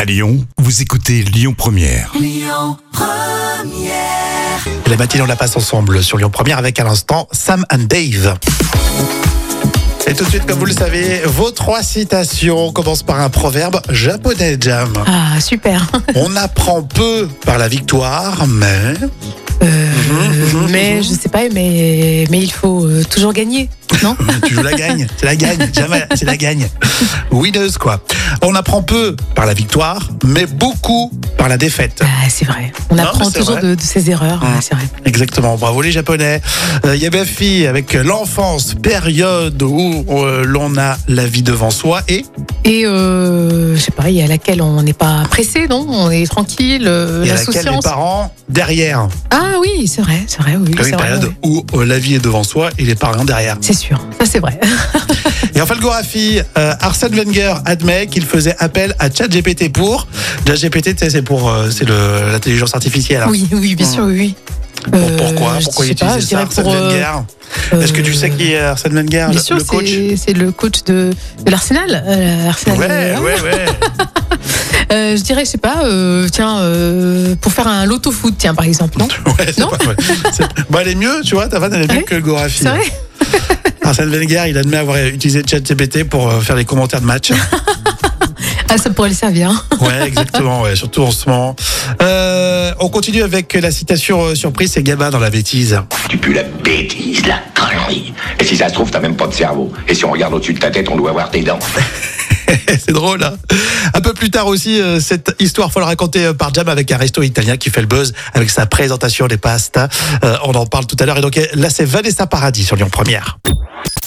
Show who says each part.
Speaker 1: À Lyon, vous écoutez Lyon Première.
Speaker 2: La matinée, on la passe ensemble sur Lyon Première avec à l'instant Sam and Dave. Et tout de suite, comme vous le savez, vos trois citations commencent par un proverbe japonais, Jam.
Speaker 3: Ah, super.
Speaker 2: On apprend peu par la victoire, mais...
Speaker 3: Euh, mais je sais pas, mais, mais il faut euh, toujours gagner, non
Speaker 2: tu joues la gagne, c'est la gagne, jamais, c'est la gagne. Winneuse, quoi. On apprend peu par la victoire, mais beaucoup par la défaite.
Speaker 3: Ah, C'est vrai. On
Speaker 2: Non, mais
Speaker 3: apprend
Speaker 2: c'est
Speaker 3: toujours
Speaker 2: vrai.
Speaker 3: de, de ses erreurs.
Speaker 2: Mm.
Speaker 3: ouais, c'est vrai.
Speaker 2: Exactement, bravo les Japonais. Euh, Il y a ma fille avec l'enfance, période où euh, l'on a la vie devant soi et
Speaker 3: Et euh, je sais pas, il y a laquelle on n'est pas pressé, non On est tranquille, euh,
Speaker 2: il y a laquelle les
Speaker 3: l'insouciance.
Speaker 2: parents derrière.
Speaker 3: Ah oui, c'est vrai, c'est vrai, oui.
Speaker 2: Il y a
Speaker 3: c'est
Speaker 2: une
Speaker 3: vrai,
Speaker 2: période
Speaker 3: oui.
Speaker 2: où euh, la vie est devant soi et les parents derrière.
Speaker 3: C'est sûr, ça c'est vrai.
Speaker 2: Et enfin le Gorafi, euh, Arsène Wenger admet qu'il faisait appel à ChatGPT pour. ChatGPT, tu sais, c'est pour euh, c'est le- l'intelligence artificielle. hein.
Speaker 3: Oui, oui, bien
Speaker 2: Mm.
Speaker 3: sûr, oui, oui.
Speaker 2: Pour-
Speaker 3: Euh,
Speaker 2: pourquoi
Speaker 3: je
Speaker 2: Pourquoi il
Speaker 3: sais pas,
Speaker 2: utilisait
Speaker 3: je
Speaker 2: ça,
Speaker 3: dirais
Speaker 2: Arsène
Speaker 3: pour, euh,
Speaker 2: Wenger Est-ce que tu sais qui est Arsène Wenger,
Speaker 3: Bien
Speaker 2: le,
Speaker 3: sûr,
Speaker 2: le coach
Speaker 3: c'est c'est le coach de, de l'Arsenal. euh, Arsenal,
Speaker 2: Ouais,
Speaker 3: euh,
Speaker 2: ouais, ouais.
Speaker 3: Euh, je dirais, je sais pas, euh, tiens, euh, pour faire un loto foot, tiens, par exemple, non
Speaker 2: Ouais, c'est
Speaker 3: Non
Speaker 2: pas mal. C'est- Bah, elle est mieux, tu vois, ta vanne, elle est
Speaker 3: Ah
Speaker 2: mieux
Speaker 3: oui
Speaker 2: que le Gorafi. hein.
Speaker 3: C'est vrai
Speaker 2: Arsène Wenger, il admet avoir utilisé ChatGPT pour euh, faire les commentaires de match.
Speaker 3: Ah, ça pourrait le servir. hein.
Speaker 2: Ouais, exactement, ouais, surtout en ce moment. Euh, on continue avec la citation euh, surprise, c'est Gaba dans la bêtise.
Speaker 4: Tu pues la bêtise, la connerie. Et si ça se trouve, t'as même pas de cerveau. Et si on regarde au-dessus de ta tête, on doit avoir tes dents.
Speaker 2: c'est drôle. hein. Un peu plus tard aussi, euh, cette histoire folle racontée euh, par Jam avec un resto italien qui fait le buzz avec sa présentation des pastas. Euh, on en parle tout à l'heure. Et donc euh, là, c'est Vanessa Paradis sur Lyon Première.